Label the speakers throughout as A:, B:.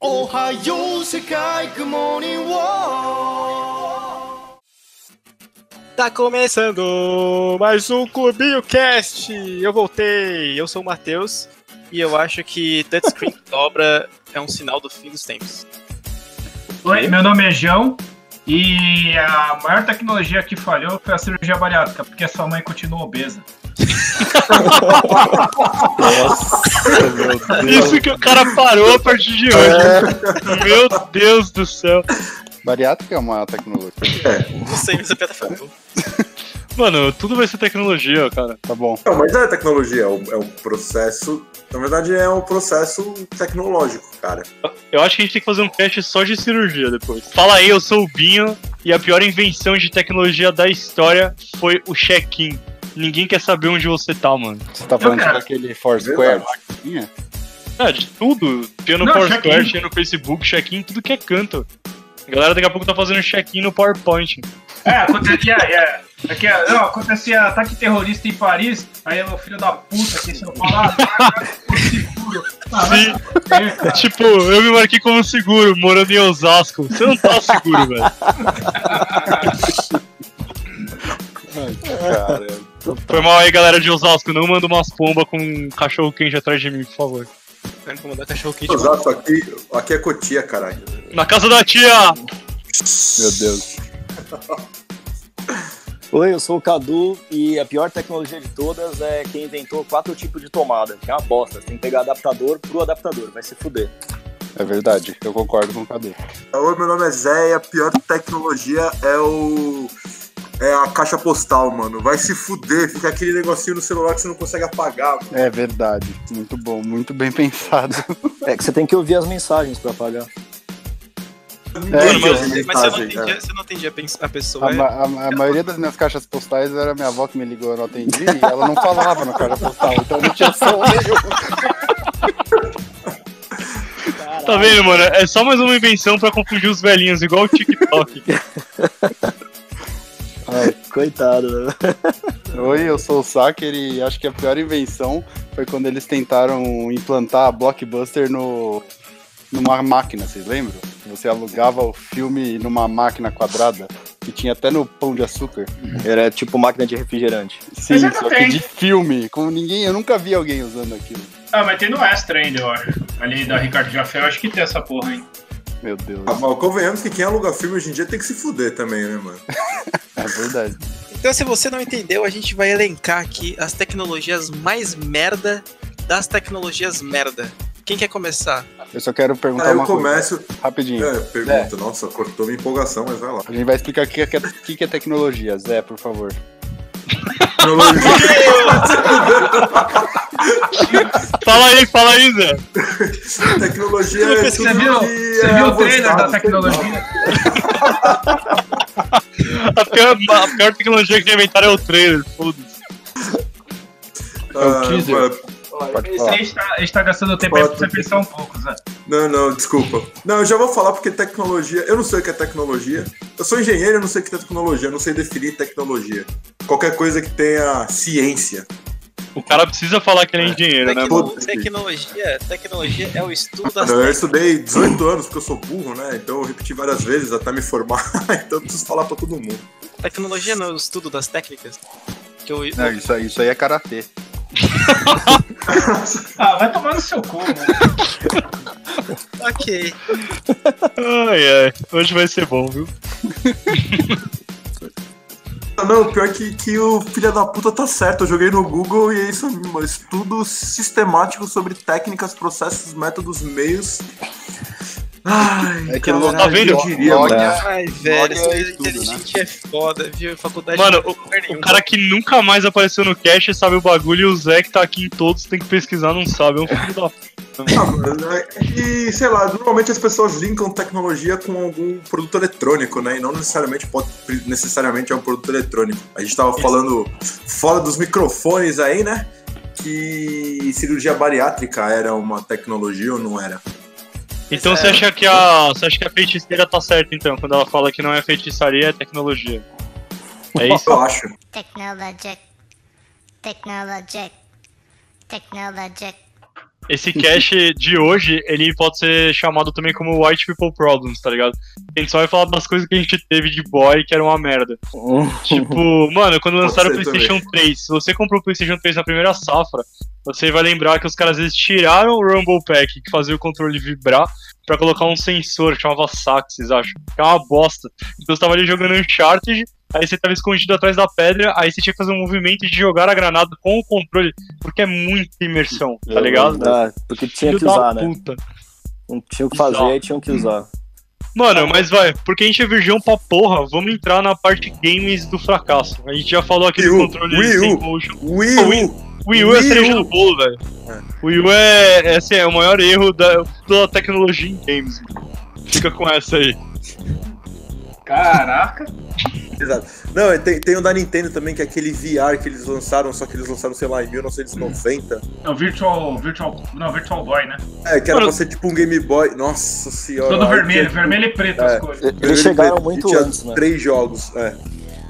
A: おはよう世界 Good morning world
B: Tá começando mais um Clubinho Cast! Eu voltei, eu sou o Matheus e eu acho que touchscreen dobra é um sinal do fim dos tempos.
C: Oi, meu nome é João e a maior tecnologia que falhou foi a cirurgia bariátrica, porque a sua mãe continua obesa.
D: Nossa, meu Deus.
E: Isso que o cara parou a partir de hoje.
C: É.
E: Meu Deus do céu.
D: Bariátrica é uma tecnologia.
B: Não sei, mas a piada foi boa.
E: Mano, tudo vai ser tecnologia, cara.
D: Tá bom.
F: Não, mas é tecnologia, é um, é um processo. Na verdade, é um processo tecnológico, cara.
E: Eu acho que a gente tem que fazer um teste só de cirurgia depois. Fala aí, eu sou o Binho e a pior invenção de tecnologia da história foi o check-in. Ninguém quer saber onde você tá, mano.
D: Você tá falando
G: tipo
C: cara,
D: daquele Foursquare
F: verdade.
D: lá que tinha?
E: É, de tudo. Tinha no
C: Não,
E: Foursquare,
C: check-in.
E: tinha no Facebook, check-in, tudo que é canto. A galera daqui a pouco tá fazendo check-in no PowerPoint.
C: É, acontecia, é, é que, não, acontecia ataque terrorista em Paris, aí o filho da puta que se eu falar, ah, por seguro. Ah, vai se
E: Sim.
C: fuder, cara.
E: Tipo, eu me marquei como seguro, morando em Osasco. Você não tá seguro, velho.
D: Cara,
E: Foi mal aí, galera de Osasco. Não manda umas pombas com um cachorro quente atrás de mim, por favor.
B: Vai incomodar cachorro quente.
F: Exato, aqui, aqui é Cotia, caralho.
E: Na casa da tia!
D: meu Deus.
G: Oi, eu sou o Cadu e a pior tecnologia de todas é quem inventou quatro tipos de tomada, que é uma bosta. Você tem que pegar adaptador pro adaptador, vai se fuder.
D: É verdade, eu concordo com o Cadu.
F: Oi, meu nome é Zé e a pior tecnologia é o. É a caixa postal, mano. Vai se fuder, fica aquele negocinho no celular que você não consegue apagar, mano.
D: É verdade, muito bom, muito bem pensado.
G: É que você tem que ouvir as mensagens pra pagar.
B: Mano, mas,
F: Ninguém usa
B: mas você, não
F: mensagem, cara.
B: atendia, você não atendia a pens- a pessoa. é.
D: É, A, ma- a- a maioria das minhas caixas postais era minha avó que me ligou, eu não atendi, e ela não falava na caixa postal, então não tinha som nenhum.
E: Tá vendo, mano? É só mais uma invenção pra confundir os velhinhos, igual o TikTok.
G: Coitado, né?
D: Oi, eu sou o Saker e acho que a pior invenção foi quando eles tentaram implantar a Blockbuster no, numa máquina, vocês lembram? Você alugava o filme numa máquina quadrada, que tinha até no Pão de Açúcar.
G: Era tipo máquina de refrigerante.
D: Sim,
C: ainda
D: só que
C: tem.
D: de filme, com ninguém, eu nunca vi alguém usando aquilo.
C: Ah, mas tem no extra ainda, eu acho. Ali da Ricardo Jafé, eu acho que tem essa porra, hein?
D: Meu Deus,
F: Ah, mas convenhamos que quem aluga filme hoje em dia tem que se fuder também, né, mano?
D: é verdade.
B: Então, se você não entendeu, a gente vai elencar aqui as tecnologias mais merda das tecnologias merda. Quem quer começar?
D: Eu só quero perguntar
F: Aí eu
D: uma
F: começo.
D: coisa, rapidinho.
F: É, pergunta, nossa, cortou minha empolgação, mas vai lá.
D: A gente vai explicar o que, é- o que é tecnologia, Zé, por favor.
F: Tecnologia.
E: fala aí, fala aí, Zé.
F: Tecnologia é tudo
C: Você viu,
F: que
C: você
F: é
C: viu o trailer
F: avançado,
C: da tecnologia?
E: A pior, a pior tecnologia que inventaram é o trailer, foda-se.
F: Ah,
D: É o teaser.
F: mano,
D: Pode
C: Esse
D: falar.
C: aí está, está gastando tempo aí pra você pensar um pouco, Zé.
F: Não, não, desculpa. Não, eu já vou falar porque tecnologia. Eu não sei o que é tecnologia. Eu sou engenheiro, eu não sei o que é tecnologia. Eu não sei definir tecnologia. Qualquer coisa que tenha ciência.
E: O cara precisa falar que ele é engenheiro, né?
B: Tecno-
E: mano?
F: Puta que-
B: tecnologia, tecnologia é o estudo das
F: Eu estudei 18 anos porque eu sou burro, né? Então eu repeti várias vezes até me formar. Então eu preciso falar pra todo mundo.
B: Tecnologia não, é o estudo das técnicas. Que eu,
D: Não, isso, aí, isso aí é karatê.
C: Ah, vai tomar no seu cu, mano.
B: ok.
E: Ai, ai. Hoje vai ser bom, viu?
F: Ah, Não, pior que, que o filho da puta tá certo. Eu joguei no Google e é isso mesmo. Estudo sistemático sobre técnicas, processos, métodos, meios. Ai,
D: É que
F: cara,
D: não
E: tá vendo?
F: Eu diria,
D: Log-
F: mano.
B: Ai, velho,
D: é
B: ser
D: estudo,
B: inteligente é foda, viu? Faculdade
E: Mano,
B: não tem lugar nenhum.
E: O Um cara que nunca mais apareceu no cast sabe o bagulho e o Zé que tá aqui em todos tem que pesquisar, não sabe. É um filho da
F: Ah, mano, é que, sei lá, normalmente as pessoas linkam tecnologia com algum produto eletrônico, né? E não necessariamente, pode, necessariamente é um produto eletrônico. A gente tava falando fora dos microfones aí, né? Que cirurgia bariátrica era uma tecnologia ou não era?
E: Então você acha que a. Você acha que a feiticeira tá certa então, quando ela fala que não é feitiçaria, é tecnologia. É isso?
F: Eu acho.
H: Technologic. Technologic. Technologic.
E: Esse cast de hoje, ele pode ser chamado também como White People Problems, tá ligado? A gente só vai falar das coisas que a gente teve de boy que era uma merda. Tipo, mano, quando lançaram o
F: ser
E: PlayStation 3, se você comprou o PlayStation 3 na primeira safra, você vai lembrar que os caras às vezes tiraram o Rumble Pack, que fazia o controle vibrar, pra colocar um sensor que chamava Saxes, acho. Que é uma bosta. Então você tava ali jogando Uncharted, aí você tava escondido atrás da pedra, aí você tinha que fazer um movimento de jogar a granada com o controle, porque é muita imersão, tá ligado?
G: Ah, porque tinha
E: Filho
G: que
E: da
G: usar, né?
E: puta.
G: Não tinha o que fazer, aí tinham que usar.
F: Ah.
E: Mano, mas vai, porque a gente é virgão pra porra, vamos entrar na parte games do fracasso. A gente já falou aqui do
F: Wii U,
E: controle
F: Wii U.
E: sem motion.
F: Wii U!
E: Wii U é a
F: Wii
E: cereja
F: U.
E: do bolo, velho. Wii U é, é, assim, é o maior erro da, da tecnologia em games. mano. Fica com essa aí.
C: Caraca.
F: Exato. Não, e tem, tem o da Nintendo também, que é aquele VR que eles lançaram, só que eles lançaram, sei lá, em 1990.
C: É o Virtual. Virtual. Não, Virtual Boy, né?
F: É, que era
E: Mano.
F: pra ser tipo um Game Boy. Nossa senhora.
C: Todo
F: Ai,
C: vermelho,
F: que-
C: vermelho e preto
F: É.
C: as cores.
F: vermelho e
G: chegaram
F: preto.
G: muito
F: E tinha
G: antes, né?
F: Três jogos, é.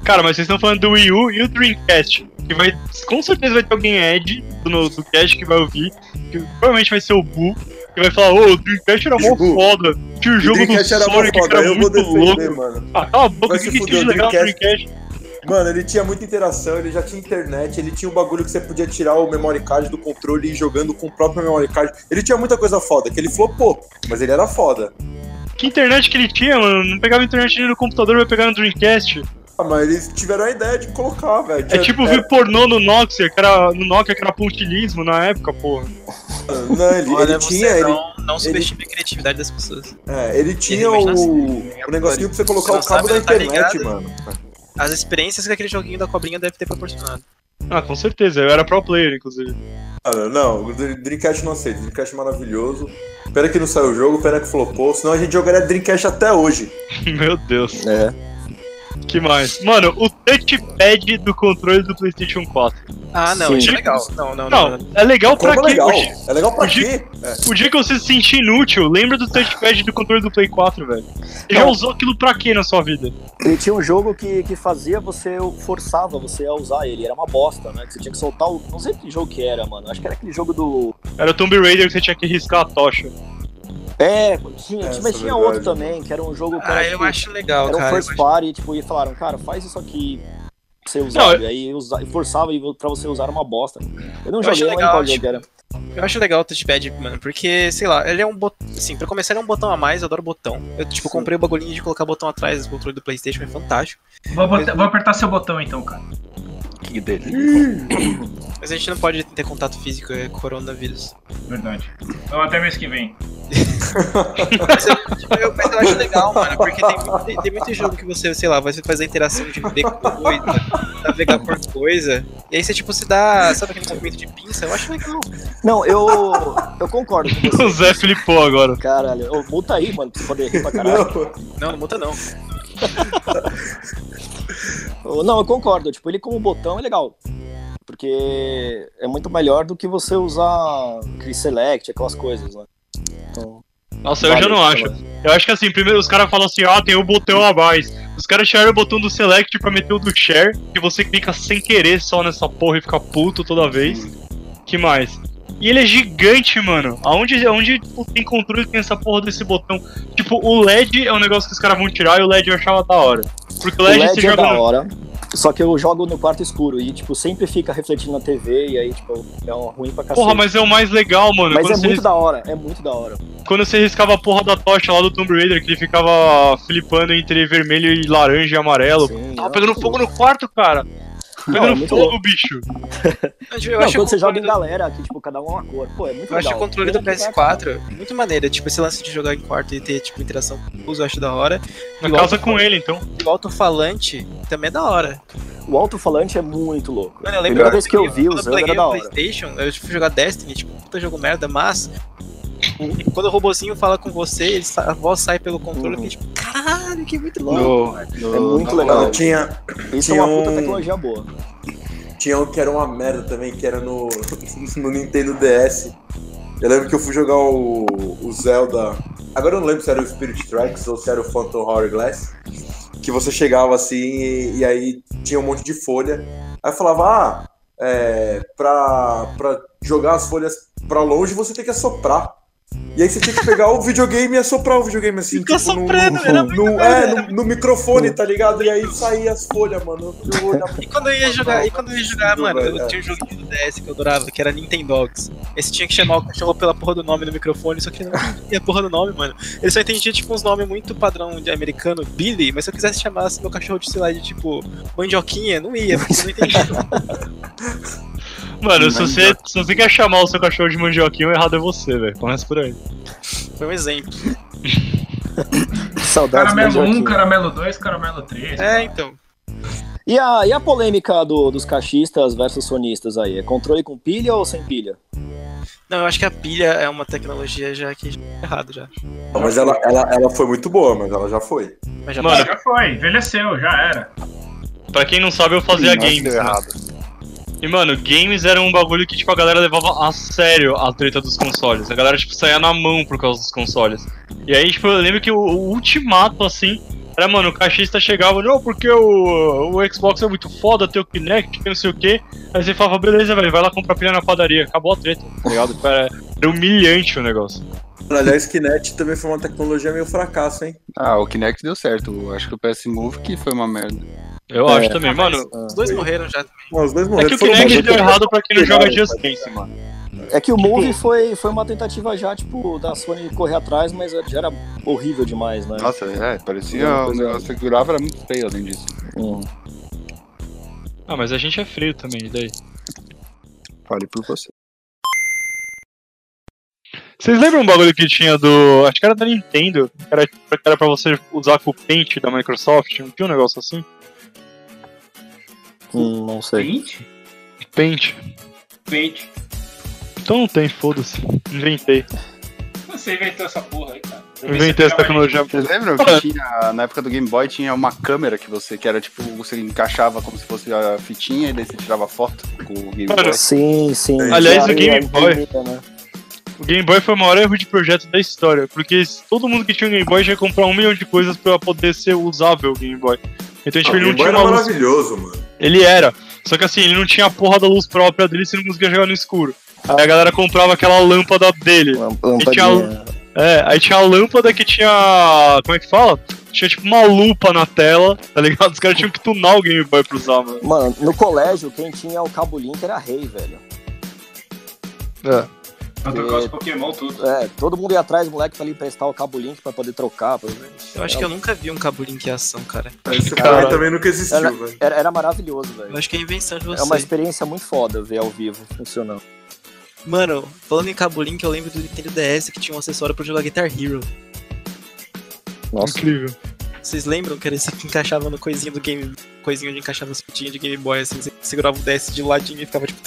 E: Cara, mas vocês estão falando do Wii U e o Dreamcast. Que vai. Com certeza vai ter alguém Ed do, do cast que vai ouvir. Que provavelmente vai ser o Bu. Que vai falar, ô, o Dreamcast era mó
F: Bu.
E: foda. Tinha o
F: O
E: jogo do
F: Dreamcast era
E: Sonic
F: muito
E: que
F: foda,
E: era
F: eu vou
E: muito
F: defender,
E: louco.
F: mano.
E: Ah, cala a boca,
F: Vai
E: o que
F: se
E: que
F: fuder,
E: tinha
F: o
E: legal no
F: Dreamcast.
E: Dreamcast?
F: Mano, ele tinha muita interação, ele já tinha internet, ele tinha um bagulho que você podia tirar o memory card do controle e ir jogando com o próprio memory card. Ele tinha muita coisa foda, que ele flopou, mas ele era foda.
E: Que internet que ele tinha, mano? Não pegava internet nem no computador, vai pegar no Dreamcast.
F: Ah, mas eles tiveram a ideia de colocar, velho.
E: É tipo ver pornô no Nokia, que era, no Nokia que era pontilismo na época, porra.
F: Não, ele,
B: Olha,
F: ele
B: você
F: tinha, é ele,
B: não, não subestime a criatividade das pessoas.
F: é, ele tinha
B: Ele
F: o,
B: imagina assim,
F: o negocinho pra você colocar o
B: Você não
F: cabo da
B: sabe, não tá
F: internet,
B: ligado?
F: mano.
B: As experiências que aquele joguinho da cobrinha deve ter proporcionado.
E: Ah, com certeza, eu era pro player, inclusive.
F: Cara, Ah, não, o Dr- Dreamcast não aceito. Dreamcast é maravilhoso. Pena que não saiu o jogo, pena que flopou, senão a gente jogaria Dreamcast até hoje.
E: Meu Deus,
G: É.
E: que mais? Mano, o touchpad do controle do PlayStation 4.
B: Ah, não,
G: Sim.
B: isso é legal. Não, não, não.
E: Não, é legal pra
F: Como é
E: quê?
F: legal?
E: O dia-
F: É legal pra
E: o G-
F: quê?
E: O dia que você se sentir inútil, lembra do touchpad do controle do Play 4, velho. Você já
G: Não.
E: usou aquilo pra quê na sua vida?
G: E tinha um jogo que, que fazia você, forçava você a usar ele. Era uma bosta, né? Que você tinha que soltar o. Não sei que jogo que era, mano. Acho que era aquele jogo do.
E: Era o Tomb Raider que você tinha que riscar a tocha.
G: É, tinha,
F: Essa
G: mas
F: é
G: tinha
F: verdade,
G: outro
F: mano.
G: também, que era um jogo que era,
B: Ah, eu
G: tipo,
B: acho legal,
G: era um
B: cara. eu
G: first
B: acho-
G: party, tipo, e falaram, cara, faz isso aqui pra você usar.
E: Não,
G: e aí usa, e forçava e- pra você usar era uma bosta. Eu não
B: Eu
G: joguei,
B: acho
G: eu lembro
B: legal,
G: qual jogo
B: tipo,
G: era.
B: Eu acho legal o touchpad, mano, porque, sei lá, ele é um botão. Assim, pra começar, ele é um botão a mais, eu adoro botão. Eu, tipo, comprei o bagulhinho de colocar botão atrás do controle do PlayStation, é fantástico.
C: Vou,
F: é,
C: botar- vou apertar seu botão então, cara.
D: Que delícia.
B: Mas a gente não pode ter contato físico, é coronavírus.
C: Verdade. Então até mês que vem.
B: Mas eu, tipo, eu- mas eu acho legal, mano, porque tem muito, tem- tem muito jogo que você, sei lá, vai fazer interação de ver coisa, navegar por coisa. E aí você, tipo, se dá. Sabe aquele movimento de pinça? Eu acho legal.
G: Não, eu. Eu concordo com
E: O
G: você.
E: Zé flipou agora.
G: Caralho, Ô, multa aí, mano, pra você poder rir pra caralho.
F: Não,
B: Não, não muda não.
G: Ô, Não, eu concordo. Tipo, ele como botão é legal. Porque é muito melhor do que você usar aquele select, aquelas coisas, né? Então,
E: Nossa, eu
G: vale
E: já não
G: isso, né?
E: acho.
G: mano.
E: Eu acho que assim, primeiro os caras falam assim, ah, tem um botão a mais. Os caras tiraram o botão do select pra meter o do share, que você clica sem querer só nessa porra e fica puto toda vez. Que mais? E ele é gigante, mano. Aonde, aonde tipo, tem controle tem essa porra desse botão? Tipo, o LED é um negócio que os caras vão tirar e o LED eu achava da hora. Porque o
G: O
E: LED,
G: LED
E: você
G: é
E: joga.
G: da hora. Só que eu jogo no quarto escuro e, tipo, sempre fica refletindo na TV e aí, tipo, é um ruim pra cacete.
E: Porra, mas é o mais legal, mano.
G: Mas
E: quando,
G: é
E: você,
G: muito da hora, é muito da hora.
E: quando você riscava a porra da tocha lá do Tomb Raider, que ele ficava flipando entre vermelho e laranja e amarelo.
G: Sim,
E: Tava
G: é
E: Ah, pegando
G: muito
E: fogo
G: louco.
E: no quarto, cara.
G: é
E: Pegando
G: muito
E: fogo,
G: louco.
E: bicho.
B: Eu, eu
G: Não,
B: acho
G: quando
B: que
E: um
G: você
B: o
G: joga em
B: controle do-
G: galera, que, tipo, cada um é uma cor. Pô, é muito
B: Eu acho
G: legal.
B: o controle do
G: Pena que não é-
B: PS4 muito maneiro. Tipo, esse lance de jogar em quarto e ter, tipo, interação com o uso, eu acho da hora.
E: Na
B: E o
E: casa
B: alto-
E: com ele, então.
B: E o alto-falante também é da hora.
G: O alto-falante é muito louco.
B: Mano, eu lembro
G: Primeira vez que eu vi
B: quando
G: usando era
B: peguei
G: da
B: o
G: hora.
B: Playstation, eu fui jogar Destiny, tipo, puta jogo merda, mas... o- Quando o robozinho fala com você, ele sa- a voz sai pelo controle,
G: Uhum.
B: e tipo, caralho, que muito louco.
D: No,
G: É muito legal.
F: Mano, tinha,
G: Isso é
F: Tinha
G: uma puta
F: um-
G: tecnologia boa.
F: tinha um que era uma merda também, que era no, no Nintendo DS. Eu lembro que eu fui jogar o, o Zelda. Agora eu não lembro se era o Spirit Tracks ou se era o Phantom Hourglass. Que você chegava assim e, e aí tinha um monte de folha. Aí eu falava, ah, é, pra, pra jogar as folhas pra longe, você tem que assoprar. E aí você tinha que pegar o videogame e assoprar o videogame assim,
B: Fica
F: tipo, no,
B: assoprando, era muito
F: no, é, no, no microfone, tá ligado? E aí saía as folhas, mano. Eu olhava-
B: E quando eu ia jogar, e quando eu ia jogar,
F: Não,
B: mano,
F: velho,
B: eu
F: é.
B: tinha um joguinho do DS que eu adorava, que era Nintendogs. Esse tinha que chamar o cachorro pela porra do nome no microfone, só que ele não entendia a porra do nome, mano. Ele só entendia, tipo, uns nomes muito padrão de americano, Billy, mas se eu quisesse chamar assim, meu cachorro de, sei lá, de tipo, mandioquinha, não ia, porque eu não entendia.
E: Mano, se você, se você quer chamar o seu cachorro de mandioquinho, o errado é você, velho. Começa por aí.
B: Foi um exemplo.
G: Saudades
C: Caramelo
G: do
C: 1,
G: Joaquim.
C: caramelo 2, caramelo 3.
B: É, então.
G: E a, e a polêmica do- dos caixistas versus sonistas aí? É controle com pilha ou sem pilha?
B: Não, eu acho que a pilha é uma tecnologia já que já tá errado já.
F: Mas ela, ela, ela foi muito boa, mas ela já foi.
B: Mas já
E: Mano,
B: passou.
C: Já foi, envelheceu, já era.
E: Pra quem não sabe, eu fazia games, né? E, mano, games era um bagulho que, tipo, a galera levava a sério a treta dos consoles. A galera, tipo, saía na mão por causa dos consoles. E aí, tipo, eu lembro que o, o ultimato, assim, era, mano, o caixista chegava, não, porque o, o Xbox é muito foda, tem o Kinect, tem não sei o quê. Aí você falava, beleza, velho, vai lá comprar pilha na padaria. Acabou a treta, tá ligado? Tipo, Era, era humilhante o negócio.
F: Aliás, Kinect também foi uma tecnologia meio fracasso, hein?
D: Ah, o Kinect deu certo. Acho que o PS Move que foi uma merda.
E: Eu
G: É.
E: acho também, mano.
B: Os dois morreram já.
F: Não, os dois
E: É
F: morreram.
E: que o
F: foram
E: Kinect
F: bons.
E: deu errado pra quem não joga
F: Mas-
E: Just Dance, mano.
G: É que o Move foi, foi uma tentativa já, tipo, da Sony correr atrás, mas já era horrível demais, né?
D: Nossa, é, parecia
G: Uma
D: um
G: coisa-
D: negócio que segurava, era muito feio além disso.
G: Hum.
E: Ah, mas a gente é freio também, e daí?
D: Fale por você.
E: Vocês lembram um bagulho que tinha do. Acho que era da Nintendo, que era, que era pra você usar com o Paint da Microsoft, não tinha um negócio assim?
G: Hum, não sei.
C: Paint?
E: Paint.
C: Paint.
E: Então não tem, foda-se. Inventei.
C: Você inventou essa porra aí, cara.
E: Eu inventei essa tecnologia.
D: Vocês lembram
E: Ah.
D: que tinha, na época do Game Boy, tinha uma câmera que você, que era tipo, você encaixava como se fosse a fitinha e daí você tirava foto com o Game
E: Mano,
D: Boy.
G: Sim, sim.
E: Aliás,
G: Claro,
E: o Game
G: é,
E: Boy.
G: né?
E: O Game Boy foi o maior erro de projeto da história, porque todo mundo que tinha um Game Boy tinha que comprar um milhão de coisas pra poder ser usável o Game Boy. Então,
F: Ah,
E: tipo,
F: o
E: ele não
F: Game
E: tinha
F: Boy era
E: uma luz.
F: maravilhoso, mano.
E: Ele era. Só que assim, ele não tinha a porra da luz própria dele, você não conseguia jogar no escuro. Aí a galera comprava aquela lâmpada dele.
G: Lampadinha.
E: É, aí tinha a lâmpada que tinha. Como é que fala? Tinha tipo uma lupa na tela, tá ligado? Os caras tinham que tunar o Game Boy pra usar, mano.
G: Mano, no colégio, quem tinha o cabo link era rei, velho.
C: Pra trocar os Pokémon, tudo.
G: É, todo mundo ia atrás do moleque pra lhe emprestar o cabo link pra poder trocar. pra-
B: Eu acho que eu nunca vi um cabo link em ação, cara.
F: Esse
E: Cara.
F: cara também nunca existiu,
G: Era-
F: velho.
G: Era, era maravilhoso, velho.
B: Eu acho que é invenção de
G: É uma
B: vocês.
G: experiência muito foda ver ao vivo funcionando.
B: Mano, falando em cabo link, eu lembro do Nintendo DS que tinha um acessório pra jogar Guitar Hero.
G: Nossa.
E: Incrível.
B: Vocês lembram que era esse que encaixava no coisinho do game. Coisinho de encaixava as fitinhas de Game Boy, assim, você segurava o DS de ladinho e ficava tipo.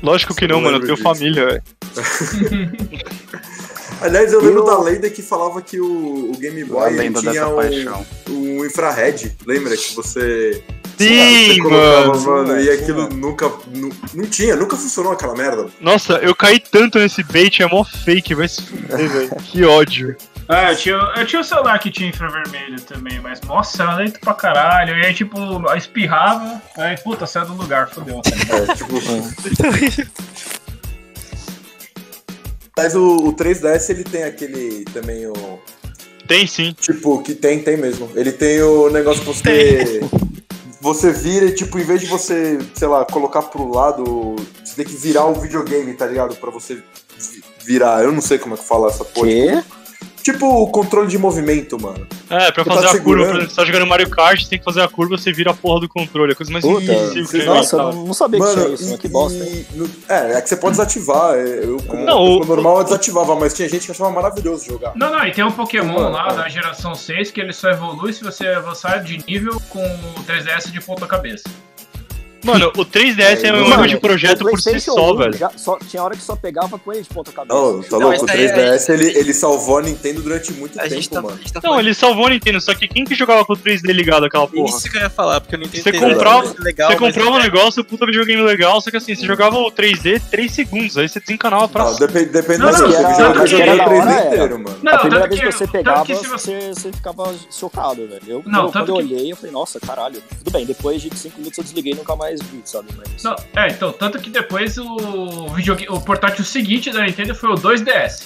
E: Lógico que
F: Eu
E: não,
F: não
E: mano. Eu
F: lembro
E: tenho
F: disso.
E: família, velho.
F: Aliás, eu lembro
G: Eu-
F: da lenda que falava que o, o Game
D: a
F: Boy
D: lenda
F: tinha
D: dessa
F: um,
D: paixão.
F: um infrared. Lembra que você, você
E: Sim,
F: colocava,
E: mano.
F: mano, e
G: Sim,
F: aquilo nunca. nu- não tinha, nunca funcionou aquela merda.
E: Nossa, eu caí tanto nesse bait, é mó fake, vai se fuder, velho. Que ódio.
C: Ah, eu tinha, eu tinha o celular que tinha infravermelho também, mas nossa, era lento pra caralho. E aí, tipo, espirrava, aí, puta, saiu do lugar, fodeu.
F: É, tipo. Mas o, o 3DS ele tem aquele também o.
E: Tem sim.
F: Tipo, que tem, tem mesmo. Ele tem o negócio que você. Você vira e, tipo, em vez de você, sei lá, colocar pro lado, você tem que virar o videogame, tá ligado? Pra você vi- virar. Eu não sei como é que fala essa porra.
G: Que?
F: Tipo o controle de movimento, mano.
E: É, pra
F: Você tá
E: fazer a curva,
F: segurando?
E: por exemplo, você tá jogando Mario Kart, você tem que fazer a curva, você vira a porra do controle. É a coisa mais
G: Puta,
E: impossível que
F: vocês-
E: eu
G: Nossa, eu
E: inventava.
G: não, não sabia que tinha isso, né? Que bosta, hein?
F: e no- é, é que você pode desativar. é, Eu, como,
E: Não,
F: eu,
E: o-
F: como normal eu desativava, mas tinha gente que achava maravilhoso jogar.
C: Não, não, e tem um Pokémon
F: Mano,
C: lá
F: cara.
C: da geração 6 que ele só evolui se você avançar de nível com o 3DS de ponta cabeça.
E: Mano, o 3DS é,
F: É,
E: um
F: mano, um,
E: erro de projeto
G: O
E: por si
G: PlayStation
E: só,
G: 1
E: velho.
G: já- só- tinha hora que só pegava com ele de ponta cabeça.
F: Não,
B: Não,
F: tá louco.
B: mas
F: O
B: tá aí,
C: é-
F: 3DS ele, ele salvou a Nintendo durante muito
B: A gente
F: tempo,
B: tá, a
F: mano.
B: gente tá
E: Não,
B: falando
E: ele salvou a Nintendo, só que quem que jogava com o 3D ligado aquela porra?
B: isso que eu ia falar, porque eu não entendi.
E: Você
F: comprava-
B: é legal,
E: Você
B: mas-
E: comprava
F: é-
E: um negócio, puta videogame legal, só que assim, você jogava o 3D 3 segundos, aí você desencanava pra
F: Hum. Não,
E: cima.
F: depende, depende
C: Não,
F: da
C: não,
G: que
F: pessoa, porque
G: era-
F: eu- eu
G: que era
F: joguei o
G: da
F: 3D
G: hora, era.
F: inteiro, mano.
C: Não,
G: a primeira
C: tanto
G: vez que você
C: tanto
G: pegava,
C: que se você-
G: você, você ficava chocado, velho. Eu,
C: Não,
G: quando
C: tanto
G: eu
C: que-
G: olhei, eu falei, nossa, caralho. Tudo bem, depois de 5 minutos eu desliguei e nunca mais mais bits, sabe? Mas-
C: Não, é, então, tanto que depois o, videogame, o portátil seguinte da Nintendo foi o 2DS.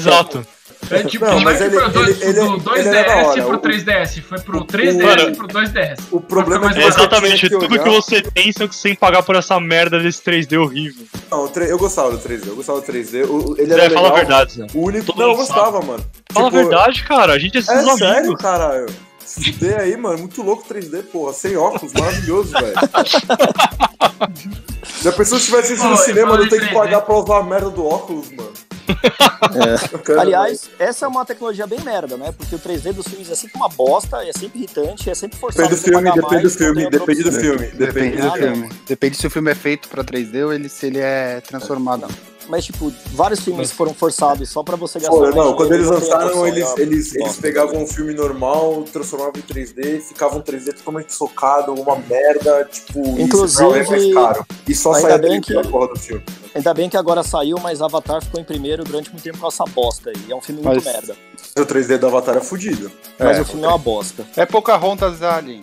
E: Exato.
C: É, tipo,
F: Não,
C: não,
F: mas
C: foi
F: ele-
C: pro dois-
F: ele- ele-
C: do
F: ele era da
C: 2DS
F: hora.
C: pro
F: O-
C: 3DS, foi pro
F: o-
C: 3DS
E: o-
C: pro 2DS.
F: O problema é que
E: É
C: Mas
F: você
E: exatamente,
F: tinha que
E: tudo
F: olhar-
E: que você tem, só que sem pagar por essa merda desse 3D horrível.
F: Não, o tre- eu gostava do 3D, eu gostava do 3D. o- o- ele era
E: Zé, É, fala a
F: legal.
E: verdade, Zé.
F: O único
E: Todo
F: não, eu
E: mundo sabe.
F: gostava, mano.
E: Fala a
F: Tipo,
E: verdade, cara. A gente é seus
F: É
E: amigos.
F: sério, caralho. 3D aí, mano, É muito louco 3D, porra. Sem óculos, maravilhoso, velho. Já pensou se tivesse isso
C: Ô,
F: no
C: eu
F: cinema,
C: falei
F: não tem que
C: 3D.
F: pagar pra usar a merda do óculos, mano. Eu quero,
G: É. Aliás, essa é uma tecnologia bem merda, né? Porque o 3D dos filmes é sempre uma bosta, é sempre irritante, é sempre forçado.
F: Depende do
G: você
F: filme,
G: pagar
F: depende do
G: mais, não
F: filme,
G: tem outra
F: depende do
G: opção.
F: filme. Depende
D: Depende do
G: Ah, não.
D: filme. Depende se o filme é feito pra 3D ou ele, se ele é transformado.
G: Mas, tipo, vários filmes foram forçados só pra você gastar
F: Pô,
G: mais
F: não,
G: dinheiro,
F: quando eles
G: não tem outra
F: lançaram,
G: opção,
F: eles,
G: né?
F: eles, eles
G: Nossa.
F: pegavam um filme normal, transformavam em 3D, ficavam 3D totalmente socado, uma merda, tipo,
G: Inclusive,
F: isso é mais caro. E só
G: ainda
F: saia
G: bem
F: 3D
G: que-
F: da porra do filme.
G: Ainda bem que agora saiu, mas Avatar ficou em primeiro durante muito tempo com essa bosta aí. É um filme muito
D: Mas-
G: merda.
F: O 3D do Avatar é fudido.
G: Mas
D: É.
G: o filme é uma bosta.
D: É Pocahontas Alien.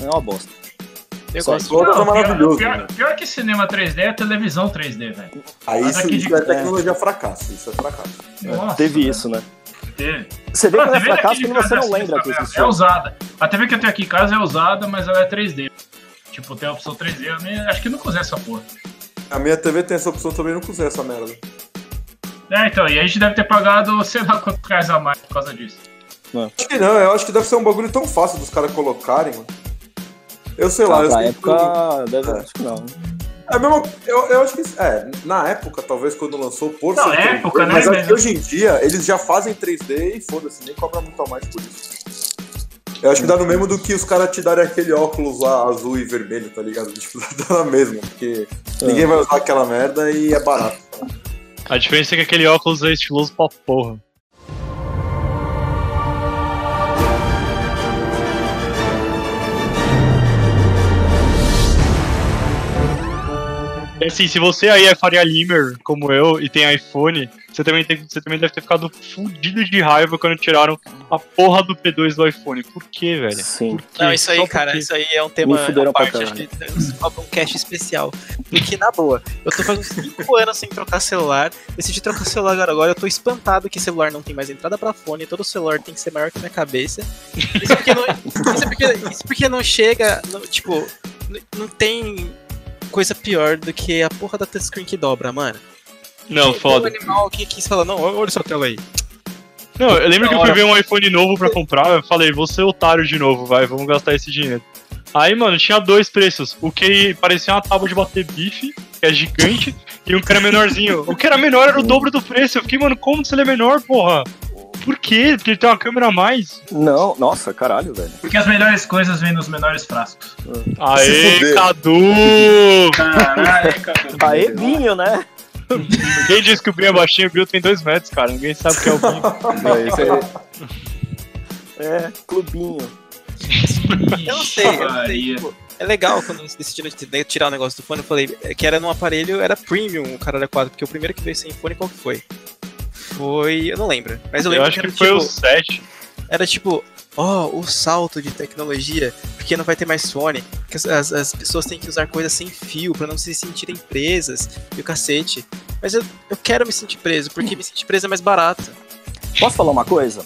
G: É uma bosta.
E: um
B: Eu
G: Só-
B: gosto.
F: O outro é maravilhoso.
C: Pior,
F: né?
C: pior que cinema 3D é televisão 3D, velho.
F: Aí
C: Mas
F: isso,
C: aqui
F: isso
C: de-
F: é tecnologia fracasso, isso é fracasso.
C: Nossa,
G: Teve
C: velho,
G: isso, né?
C: Teve.
G: Você vê
C: Não,
G: quando é
C: TV daqui
G: fracasso
C: de
G: quando você
C: casa
G: não
C: é
G: lembra né? que
C: assim,
G: existiu.
C: É usada. A TV que eu tenho aqui em casa é usada, mas ela é 3D. Tipo, tem a opção 3D, eu nem- acho que não usei essa porra.
F: A minha TV tem essa opção também, eu nunca usei essa merda.
C: É, então, e a gente deve ter pagado sei lá quanto reais a mais por causa disso.
F: Acho que não, eu acho que deve ser um bagulho tão fácil dos caras colocarem, mano. Eu sei
G: Ah,
F: lá, eu
G: pra
F: sei que-
G: época, deve,
F: É.
G: acho que não.
F: É a mesma- eu, eu acho que. É, na época, talvez, quando lançou, por
C: Na
F: ser 3D,
C: época, né,
F: Mas acho que
C: velho?
F: hoje em dia, eles já fazem 3D e foda-se, nem cobra muito a mais por isso. Eu acho que dá no mesmo do que os caras te darem aquele óculos lá azul e vermelho, tá ligado? Tipo, dá na mesma, porque ninguém vai usar aquela merda e é barato.
E: A diferença é que aquele óculos é estiloso pra porra. É assim, se você aí é Faria Limer, como eu, e tem iPhone, você também, tem- você também deve ter ficado fudido de raiva quando tiraram a porra do P2 do iPhone. Por quê, velho?
G: Sim.
E: Por quê?
B: Não, isso
E: Só
B: aí,
E: por
B: cara,
E: quê?
B: isso aí é um tema
G: Me fuderam
B: à parte,
G: pra
B: acho que falta um cast especial. Porque, na boa, eu tô fazendo 5 anos sem trocar celular, decidi trocar celular agora, agora, eu tô espantado que celular não tem mais entrada pra fone, todo celular tem que ser maior que minha cabeça. Isso porque não, isso porque, isso porque não chega, não- tipo, n- não tem coisa pior do que a porra da touchscreen que dobra, mano.
E: Não,
B: Tem
E: foda.
B: Um animal que quis falar, não, olha sua tela aí.
E: Não, eu lembro que eu
B: Da
E: fui
B: hora.
E: ver um iPhone novo pra comprar, eu falei, vou ser otário de novo, vai, vamos gastar esse dinheiro. Aí, mano, tinha dois preços. O que parecia uma tábua de bater bife, que é gigante, e um que era menorzinho. O que era menor era o dobro do preço. Eu fiquei, mano, como se ele é menor, porra? Por quê? Porque ele tem uma câmera a mais?
G: Não, nossa, caralho, velho.
C: Porque as melhores coisas vêm nos menores frascos.
F: Se
E: Aê,
F: fuder.
E: Cadu!
C: Caralho, cara.
G: Aê, vinho, né?
E: Quem disse que o Brinho é baixinho? O Brinho tem dois metros, cara. Ninguém sabe o que é o Brinho.
D: É, isso aí.
G: É, clubinho.
B: Eu não sei, eu não sei. tipo, é legal quando eles decidiram de- de tirar o negócio do fone. Eu falei é, que era num aparelho, era premium o cara da quadra, porque o primeiro que veio sem fone, qual que foi? Foi. Eu não lembro. Mas eu
E: Eu,
B: lembro
E: acho que,
B: era,
E: foi
B: tipo,
E: o 7.
B: era tipo, ó, o salto de tecnologia, porque não vai ter mais fone, que as, as- as pessoas têm que usar coisas sem fio pra não se sentirem presas e o cacete. Mas eu, eu quero me sentir preso, porque me sentir preso é mais barato.
G: Posso falar uma coisa?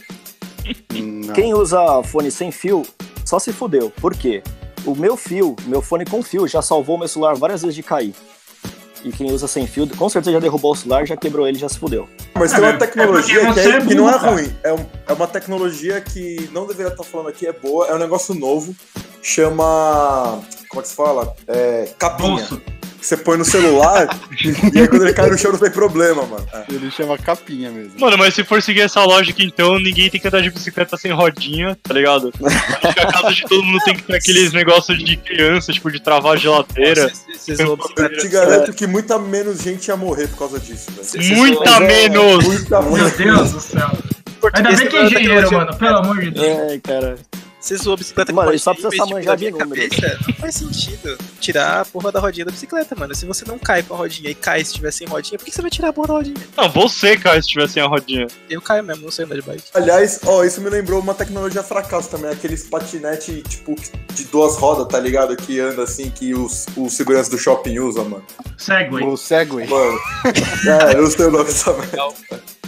D: Não.
G: Quem usa fone sem fio só se fudeu. Por quê? O meu fio, meu fone com fio, já salvou meu celular várias vezes de cair. E quem usa sem fio, com certeza já derrubou o celular, já quebrou ele, já se fudeu.
F: Mas
C: É,
F: tem
C: é
F: uma
C: porque
F: tecnologia que,
C: você
F: é-
C: é
F: que não é
C: burro, cara.
F: ruim. É, um- é uma tecnologia que não deveria estar falando aqui, é boa, é um negócio novo. Chama. Como é que se fala? É, capinha.
C: Bolso.
F: Que Você põe no celular e aí quando ele cai no chão não tem problema, mano. É.
D: Ele chama capinha mesmo.
E: Mano, mas se for seguir essa lógica, então ninguém tem que andar de bicicleta sem rodinha, tá ligado? Acho que a casa de todo mundo tem que ter aqueles negócios de criança, tipo, de travar a geladeira.
B: Vocês- vocês- vocês vão-
F: Eu te garanto que muita menos gente ia morrer por causa disso, velho.
B: vocês- vocês
E: Muita
B: vão-
E: menos!
F: Muita
C: Meu
F: menos.
C: Deus do céu. Ainda bem que é engenheiro, mano. Pelo amor de Deus.
G: É, cara.
B: Você zoou a bicicleta
G: Mano,
B: com
G: ele só
B: rodinha,
G: precisa
B: mas,
G: manjar
B: na
G: de
B: minha
G: números.
B: cabeça, Não faz sentido tirar a porra da rodinha da bicicleta, mano. Se você não cai com a rodinha e cai se tiver sem rodinha, por que você vai tirar a porra da rodinha?
E: Não, você, cara, se tivesse a rodinha.
B: Eu caio mesmo, não sei andar de bike.
F: Aliás, ó, isso me lembrou uma tecnologia fracasso também, aqueles patinete, tipo, que de duas rodas, tá ligado? Que anda assim, que os, o segurança do shopping usa, mano.
C: Segway.
D: O Segway.
F: Mano, é, eu não sei o nome dessa merda.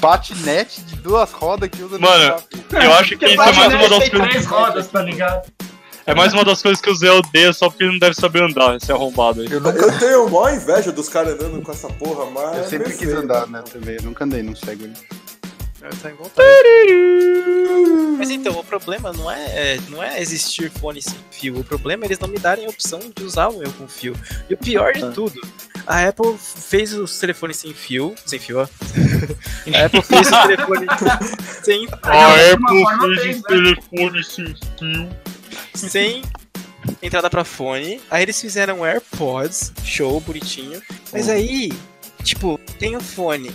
D: Patinete de duas rodas que usa
E: Mano,
D: shopping.
E: Eu acho que isso é mais uma das
C: tem três
E: coisas.
C: rodas, tá ligado?
E: É mais uma das coisas que o Zé odeia só porque ele não deve saber andar, esse arrombado aí.
D: Eu nunca.
F: Eu tenho maior inveja dos caras andando com essa porra, mas. é
D: Eu sempre
F: não
D: quis
F: sei,
D: andar, né?
F: mano.
D: Também. Eu nunca andei num né? Segway.
B: Tá em vontade. Mas então, o problema não é, é- não é existir fone sem fio. O problema é eles não me darem a opção de usar o meu com fio. E o pior
G: Ah.
B: de tudo, a Apple fez os telefones sem fio. Sem fio, ó. A Apple fez o telefone sem,
C: de alguma é forma fez, né?
E: telefone sem fio.
B: sem entrada pra fone. Aí eles fizeram o AirPods, show, bonitinho. Mas aí, tipo, tem o fone,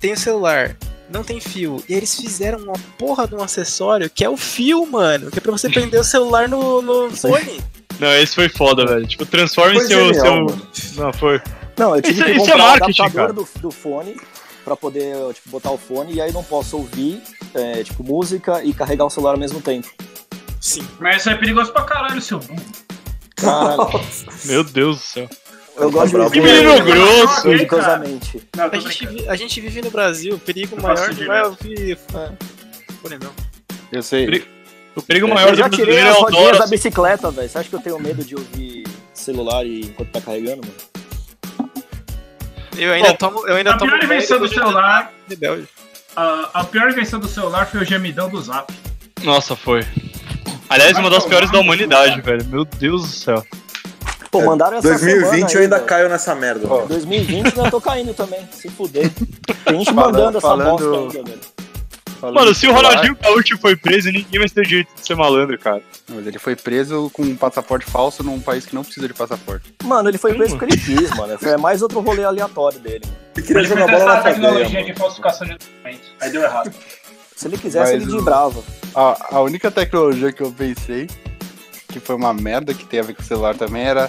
B: tem o celular. Não tem fio. E eles fizeram uma porra de um acessório que é o fio, mano. Que é pra você prender o celular no, no
G: Sim.
B: fone.
E: Não, esse foi foda, velho. Tipo, transforma em
F: Foi
E: seu.
F: genial,
E: seu...
F: mano.
E: Não, foi.
G: Não, eu tive
E: Isso-
G: que
E: isso é
G: comprar o
E: marketing, cara.
G: adaptador do, do fone pra poder tipo, botar o fone e aí não posso ouvir é, tipo, música e carregar o celular ao mesmo tempo.
B: Sim.
C: Mas isso é perigoso pra caralho, seu burro.
G: Caralho,
E: Meu Deus do céu.
G: eu gosto
F: bravo.
G: de
E: Que
C: Foi.
G: viver
E: menino grosso!
C: Foi.
G: perigosamente.
C: Não,
B: A
C: tô
B: gente,
C: brincando.
B: vi- a gente vive no Brasil, o perigo
C: Eu
B: maior
C: faço
B: não é
C: direto. Ah.
B: ouvir. Fone, não.
D: Eu sei.
E: O perigo maior
G: Eu
E: do
G: já tirei
E: brasileiro é
G: as
E: o
G: rodinhas da
E: Dora.
G: bicicleta, velho. Você acha que eu tenho medo de ouvir celular e enquanto tá carregando, mano?
B: Eu ainda
E: Bom,
B: tomo. Eu ainda
C: A
B: tomo
C: pior invenção do celular.
B: Rebelde.
C: A, a pior invenção do celular foi o gemidão do zap.
E: Nossa, foi. Aliás, uma das
C: Vai
E: piores da
C: tomar no
E: humanidade,
C: cu,
E: velho. Meu Deus do céu.
G: Pô,
D: É,
G: mandaram essa
F: 2020
G: semana
F: eu ainda
G: aí, velho.
F: caio nessa merda.
D: Ó.
F: mano.
G: 2020 eu ainda tô caindo também, se fuder. Tem gente
D: Falando-
G: mandando essa
D: falando-
G: bosta ainda, velho.
D: Falando
E: Mano, se o
D: em celular-
E: Ronaldinho Gaúcho foi preso, ninguém vai ter direito de ser malandro, cara.
D: Não, Mas ele foi preso com um passaporte falso num país que não precisa de passaporte.
G: Mano, ele foi preso porque ele quis, mano. É mais outro rolê aleatório dele. mano.
F: Eu queria
C: Ele fez
F: jogar bola na
C: essa tecnologia
F: cadeia.
C: de
F: mano.
C: falsificação de documentos. Aí deu errado.
G: Se ele quisesse,
D: Mas
G: ele
D: o-
G: desbrava.
D: A, a única tecnologia que eu pensei, que foi uma merda que tem a ver com o celular também, era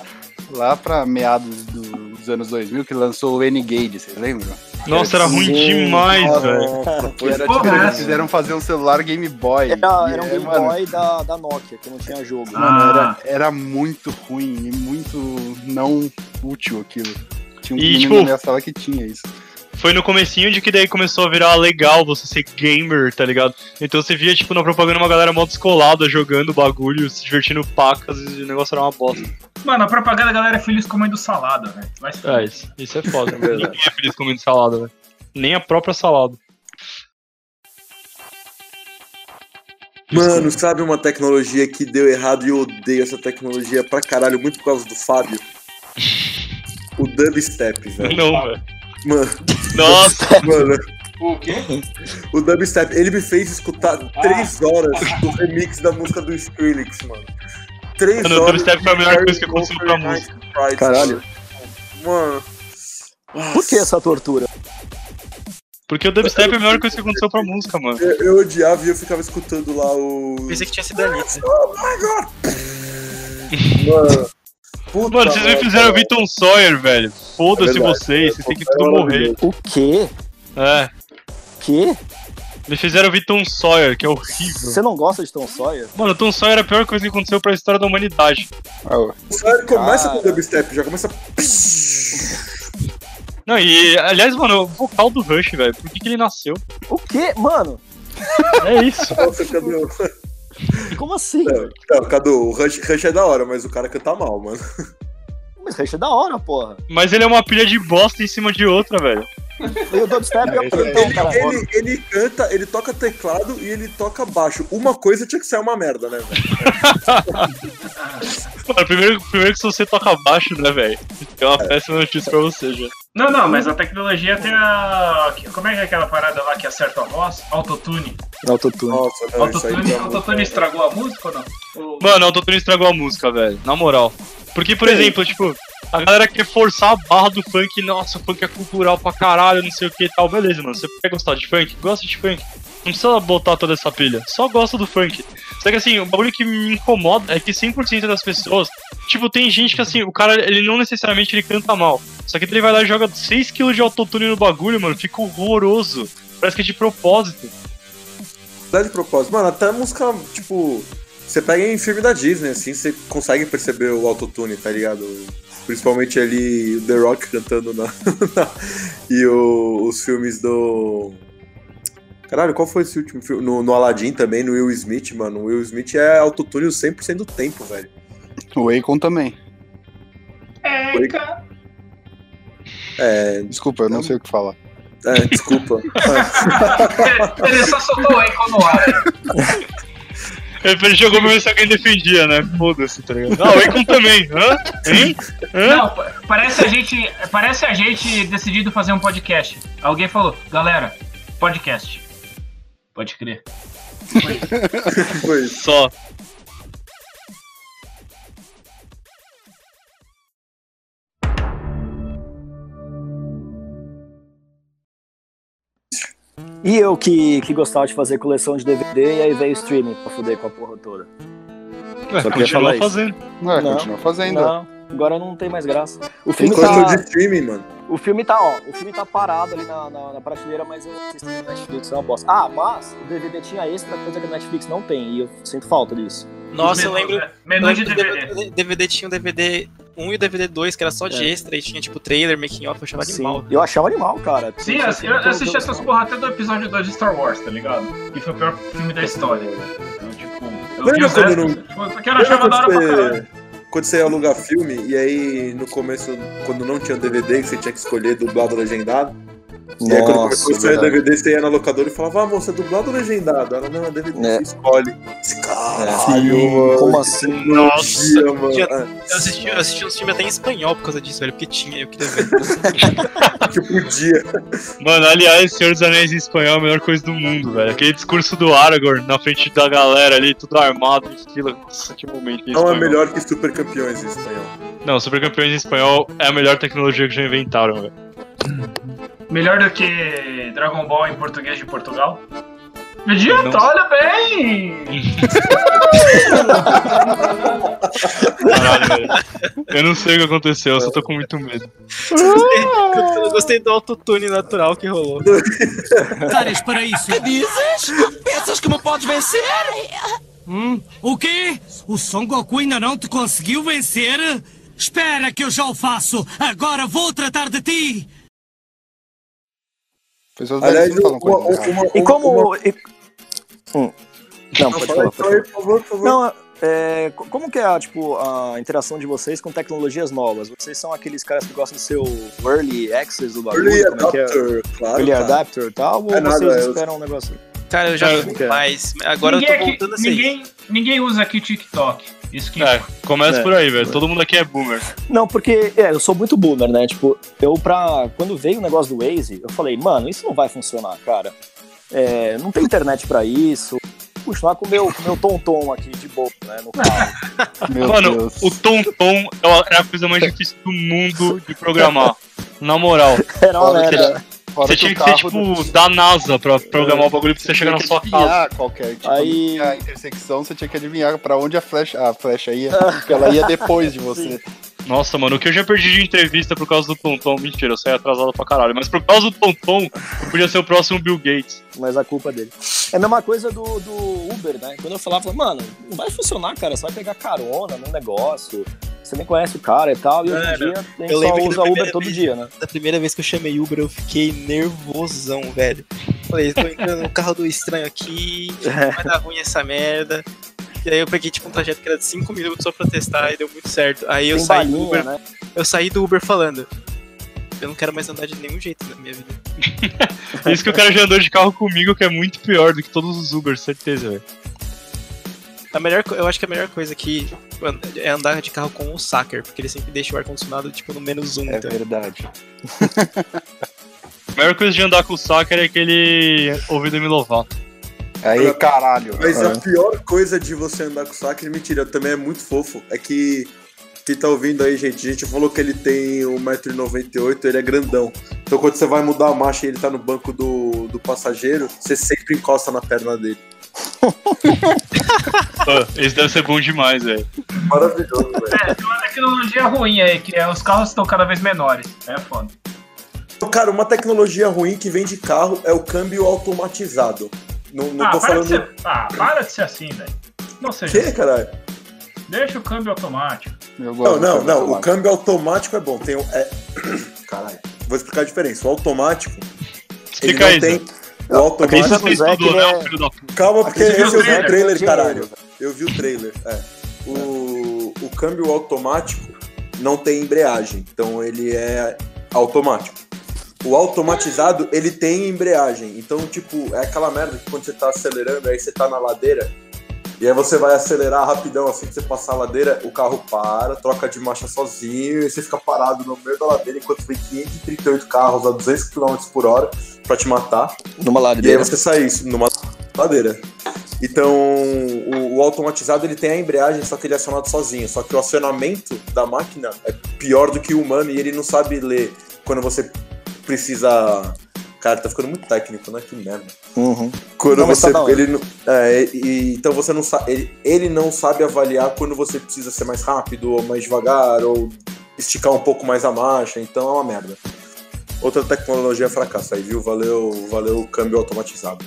D: lá pra meados do- dos anos 2000 que lançou o N-Gage, vocês lembram?
E: Nossa, era ruim demais, velho.
D: Que era
C: Porra, é
D: tipo, eles
C: essa.
D: fizeram fazer um celular Game Boy.
G: Era,
D: E
G: era um
D: é,
G: Game
D: mano,
G: Boy da, da Nokia, que não tinha jogo.
D: Mano,
C: Ah.
D: era, era muito ruim e muito não útil aquilo. Tinha um
E: E,
D: menino
E: tipo,
D: na minha sala que tinha isso.
E: Foi no comecinho de que daí começou a virar legal você ser gamer, tá ligado? Então você via, tipo, na propaganda uma galera mó descolada jogando bagulho, se divertindo pacas e o negócio era uma bosta.
C: Mano, a propaganda, a galera é feliz comendo salada, né? Vai se
E: É, isso, isso é foda.
F: verdade.
E: Ninguém é feliz comendo salada, velho. Nem a própria salada.
F: Mano, sabe uma tecnologia que deu errado e eu odeio essa tecnologia pra caralho, muito por causa do Fábio? O dubstep, velho.
E: Não, velho.
F: Mano,
E: Nossa,
F: mano,
C: O quê?
F: o dubstep, ele me fez escutar três
E: Ah.
F: horas do remix da música do Skrillex, mano. Três
E: Mano, o
F: horas.
E: dubstep foi a melhor
F: Harry
E: coisa que aconteceu pra
F: Potter
E: música.
F: Night Fright,
D: Caralho.
F: Mano.
G: Por que essa tortura?
E: porque o dubstep é a melhor coisa que aconteceu pra música, mano.
F: Eu, eu odiava e eu ficava escutando lá o.
B: Pensei que tinha sido a Anitta.
F: Mano. Puta
E: Mano, vocês me
F: merda.
E: fizeram ouvir Tom Sawyer, velho. Foda-se
F: tá verdade,
E: vocês, vocês têm que
F: Tom
E: tudo
F: Sawyer é
E: morrer.
G: O quê?
E: É,
G: Quê?
E: me fizeram ouvir Tom Sawyer, que é horrível.
G: Você não gosta de Tom Sawyer?
E: Mano, Tom Sawyer é a pior coisa que aconteceu pra história da humanidade.
F: O cara começa com
G: Cara.
F: dubstep, já começa.
E: Não, e aliás, mano, o vocal do Rush, velho, por que, que ele nasceu?
G: O quê? Mano,
E: É isso.
F: Nossa, cadê o.
G: como assim?
F: Não, não, Cadu, o Rush, Rush é da hora, mas o cara canta mal, mano.
G: Mas Rush é da hora, porra.
E: Mas ele é uma pilha de bosta em cima de outra, velho.
G: E o dubstep é
F: Ele,
G: então, cara.
F: ele, ele canta, ele toca teclado e ele toca baixo. Uma coisa tinha que ser uma merda, né, velho?
C: Ah.
E: Mano, primeiro, primeiro que se você toca baixo, né, velho? É uma péssima notícia pra você, já.
C: Não, não, mas a tecnologia tem a. que- Como é que é aquela parada lá que acerta a voz? Autotune.
G: Autotune.
F: Nossa, não, isso
C: Autotune,
F: aí. tá muito-
C: autotune estragou a música ou não? Ou-
E: Mano, o autotune estragou a música, velho. Na moral. Porque, por exemplo, tipo, a galera quer forçar a barra do funk. Nossa, o funk é cultural pra caralho, não sei o que e tal. Beleza, mano. Você quer gostar de funk? Gosta de funk. Não precisa botar toda essa pilha. Só gosta do funk. Só que assim, o bagulho que me incomoda é que 100% das pessoas. Tipo, tem gente que assim, o cara, ele não necessariamente ele canta mal. Só que ele vai lá e joga 6kg de autotune no bagulho, mano. Fica horroroso. Parece que é de propósito.
F: Dá de propósito. Mano, até música, tipo. Você pega em filme da Disney, assim, você consegue perceber o autotune, tá ligado? Principalmente ali o The Rock cantando na. na- e o- os filmes do. Caralho, qual foi esse último filme? No, no Aladdin também, no Will Smith, mano. O Will Smith é autotune o 100% do tempo, velho.
D: O Akon também.
C: É, cara.
F: É,
D: Desculpa, eu não sei o que falar.
F: é, desculpa.
C: Ele só soltou o Eiko no ar.
E: Ele chegou mesmo se alguém defendia, né? Foda-se, tá ligado? Ah, o Akon também. Hã? Hein? Hã?
C: Não, pa- parece a gente, parece a gente decidido fazer um podcast. Alguém falou, galera, podcast. Pode crer.
F: Foi isso.
E: Só.
G: E eu que, que gostava de fazer coleção de DVD e aí veio o streaming pra fuder com a porra toda.
E: Ué,
D: Só queria
E: continua
D: falar isso.
E: fazendo.
D: Não, é,
G: Não.
D: continua fazendo.
G: Não, agora não tem mais graça. O
F: Tem
G: filme,
F: coisa
G: tá,
F: de streaming, mano.
G: o filme tá, ó, o filme tá parado ali na, na, na prateleira, mas eu assisto no Netflix, é uma bosta. Ah, mas o DVD tinha extra, coisa que a Netflix não tem, e eu sinto falta disso.
B: Nossa, eu
C: Menu-
B: lembro.
C: Menu
B: lembro
C: é, de
B: do
C: DVD.
B: DVD tinha um o DVD 1 e o DVD 2, que era só de
G: É.
B: extra, e tinha tipo trailer, making off, eu achava
G: Sim,
B: animal.
G: eu achava animal, cara.
C: né?
G: Tipo,
C: Sim, eu, eu assisti essas porra até do episódio 2 de Star Wars, tá ligado? Que foi o pior filme da história. Então, tipo, eu
F: Lembra
C: vi os
F: quando
C: extras,
F: não-
C: tipo, Porque eu não achava da hora pra caralho.
F: você, quando você ia alugar filme, e aí no começo, quando não tinha DVD, que você tinha que escolher dublado ou legendado.
G: É,
F: e aí quando
G: Nossa,
F: começou a sair
G: verdade.
F: DVD, você ia na locadora e falava, ah, moça, é dublado ou legendado? Ela, não, é DVD,
G: É.
F: você escolhe. Esse Caralho,
G: Sim,
F: mano.
G: Ah, como assim?
F: Nossa,
B: Nossa,
F: mano.
B: tinha-
F: É,
B: Eu assisti, eu assisti uns filmes até em espanhol por causa disso, velho, porque tinha, eu queria ver.
F: que podia.
E: Mano, aliás, Senhor dos Anéis em espanhol é a melhor coisa do mundo, velho. Aquele discurso do Aragorn na frente da galera ali, tudo armado, em fila. Nossa, que momento. em
F: Não é
E: espanhol.
F: melhor que Super Campeões em espanhol.
E: Não, Super Campeões em espanhol é a melhor tecnologia que já inventaram, velho.
C: Melhor do que Dragon Ball em português de Portugal. Vegeta,
E: Não.
C: olha bem!
E: Caralho, velho. Eu não sei o que aconteceu, eu só tô com muito medo.
B: Eu gostei do autotune natural que rolou.
A: Tares para isso. Que dizes? Pensas que me podes vencer? Hum? O quê? O Son Goku ainda não te conseguiu vencer? Espera que eu já o faço. Agora vou tratar de ti.
D: Pessoas da
F: Aliás,
D: Disney
F: uma,
D: falam
F: uma,
D: coisa errada.
F: uma-
G: E
F: uma-
G: como. e- Hum. Não,
F: Não,
G: pode falar. pode
F: fala aí, fala
G: falar.
F: aí, por favor, por favor.
G: Não, é, co- como que é a, tipo, a interação de vocês com tecnologias novas? Vocês são aqueles caras que gostam do seu early access do bagulho?
F: Early
G: como é que é?
F: Adapter, claro.
G: Early
F: cara.
G: adapter e tal? Ou
F: É nada,
G: vocês
F: eu-
G: esperam um negócio?
B: Cara, eu já
E: Cara,
B: fui
G: cara.
B: mais. Agora eu tô
C: aqui-
B: voltando a ser isso.
C: ninguém, ninguém usa aqui TikTok. Isso que
E: É, começa
G: É.
E: por aí, velho. Todo mundo aqui é boomer.
G: Não, porque é, eu sou muito boomer, né? Tipo, eu pra. Quando veio o negócio do Waze, eu falei, mano, isso não vai funcionar, cara. É, não tem internet pra isso. Vou Continuar com o meu, com o meu tom-tom aqui de boa, né? No carro.
D: Meu
E: Mano,
D: Deus.
E: o Tom Tom é a- é a coisa mais difícil do mundo de programar. Na moral,
G: Era uma
D: Fora que-
G: merda.
D: fora
E: você
D: que
E: tinha
D: o
E: que ser
D: carro do- É.
E: tipo da NASA pra programar o bagulho pra você chegar na
D: tinha
E: sua
D: que
E: casa.
D: adivinhar qualquer tipo,
G: Aí-
B: né?
D: a intersecção, você tinha que adivinhar pra onde a flecha, a flecha ia, porque ela ia depois de você.
E: Nossa, mano, o que eu já perdi de entrevista por causa do Tonton, mentira, eu saí atrasado pra caralho, mas por causa do Tonton, eu podia ser o próximo Bill Gates.
G: mas a culpa é dele. É a mesma coisa do, do Uber, né? Quando eu falava, eu falava, mano, não vai funcionar, cara. Você vai pegar carona num negócio, você nem conhece o cara e tal. E hoje em
B: Cara,
G: dia a gente
B: É, né? eu
G: só
B: lembro que
G: usa
B: da
G: Uber
B: primeira
G: todo
B: vez-
G: dia, né?
B: Da primeira vez que eu chamei Uber, eu fiquei nervosão, velho. Falei, tô entrando no carro do estranho aqui,
G: É.
B: vai dar ruim essa merda. E aí eu peguei tipo um trajeto que era de 5 minutos só pra testar e deu muito certo. Aí eu
G: Tem
B: saí, do
G: balinha,
B: Uber,
G: né?
B: eu saí do Uber falando. Eu não quero mais andar de nenhum jeito na minha vida.
E: Isso que o cara já andou de carro comigo, que é muito pior do que todos os Ubers, certeza, velho.
B: A melhor, co- eu acho que a melhor coisa que é andar de carro com o Sacker, porque ele sempre deixa o ar-condicionado tipo no menos um.
D: É
B: então.
D: verdade.
E: A melhor coisa de andar com o Sacker é aquele ouvido me louvar.
D: Aí,
F: Mas-
D: caralho.
F: Mas
D: é.
F: a pior coisa de você andar com o Sakri, mentira, também é muito fofo, é que quem tá ouvindo aí, gente, a gente falou que ele tem 1,98m, ele é grandão. Então quando você vai mudar a marcha e ele tá no banco do, do passageiro, você sempre encosta na perna dele.
E: Ah, Esse deve ser bom demais, velho.
F: Maravilhoso, velho.
C: É, tem uma tecnologia ruim aí, que é, os carros estão cada vez menores. É foda.
F: Então, Cara, uma tecnologia ruim que vem de carro é o câmbio automatizado. Não, não
C: ah,
F: tô
C: para
F: falando.
C: de ser, ah, para de ser assim, velho. Não seja, assim.
F: Que, caralho?
C: deixa o câmbio automático.
D: Eu
F: Não,
D: gosto do
F: não,
D: câmbio
F: não. O
D: automático.
F: câmbio automático é bom. Tem o. É... Caralho. Vou explicar a diferença. O automático. Ele
E: Explica
F: não
E: aí.
F: tem.
E: Zé.
F: O
E: Quem
F: automático.
G: Isso-
E: fez
G: Zé,
E: tudo,
G: que
E: né,
G: ele é-
E: o filho da puta?
F: Calma, porque
C: Aqui Ah, você
F: esse
C: viu
F: eu
C: o
F: vi o
C: trailer, um
F: trailer,
G: aqui,
F: caralho. Eu vi o trailer. É. O, o câmbio automático não tem embreagem, então ele é automático. O automatizado, ele tem embreagem. Então, tipo, é aquela merda que quando você tá acelerando, aí você tá na ladeira, e aí você vai acelerar rapidão, assim que você passar a ladeira, o carro para, troca de marcha sozinho, e você fica parado no meio da ladeira enquanto vem 538 carros a 200 km por hora pra te matar.
G: Numa
F: E aí
G: ladeira.
F: você sai isso numa ladeira. Então, o, o automatizado ele tem a embreagem, só que ele é acionado sozinho. Só que o acionamento da máquina é pior do que o humano e ele não sabe ler quando você precisa. Cara, tá ficando muito técnico, né? Que merda.
G: Uhum.
F: Quando
G: Não, mas
F: você.
G: tá da hora.
F: ele, não- é, e- então você não sabe. Ele, ele não sabe avaliar quando você precisa ser mais rápido ou mais devagar ou esticar um pouco mais a marcha. Então é uma merda. Outra tecnologia fracassa aí, viu? Valeu, valeu o câmbio automatizado.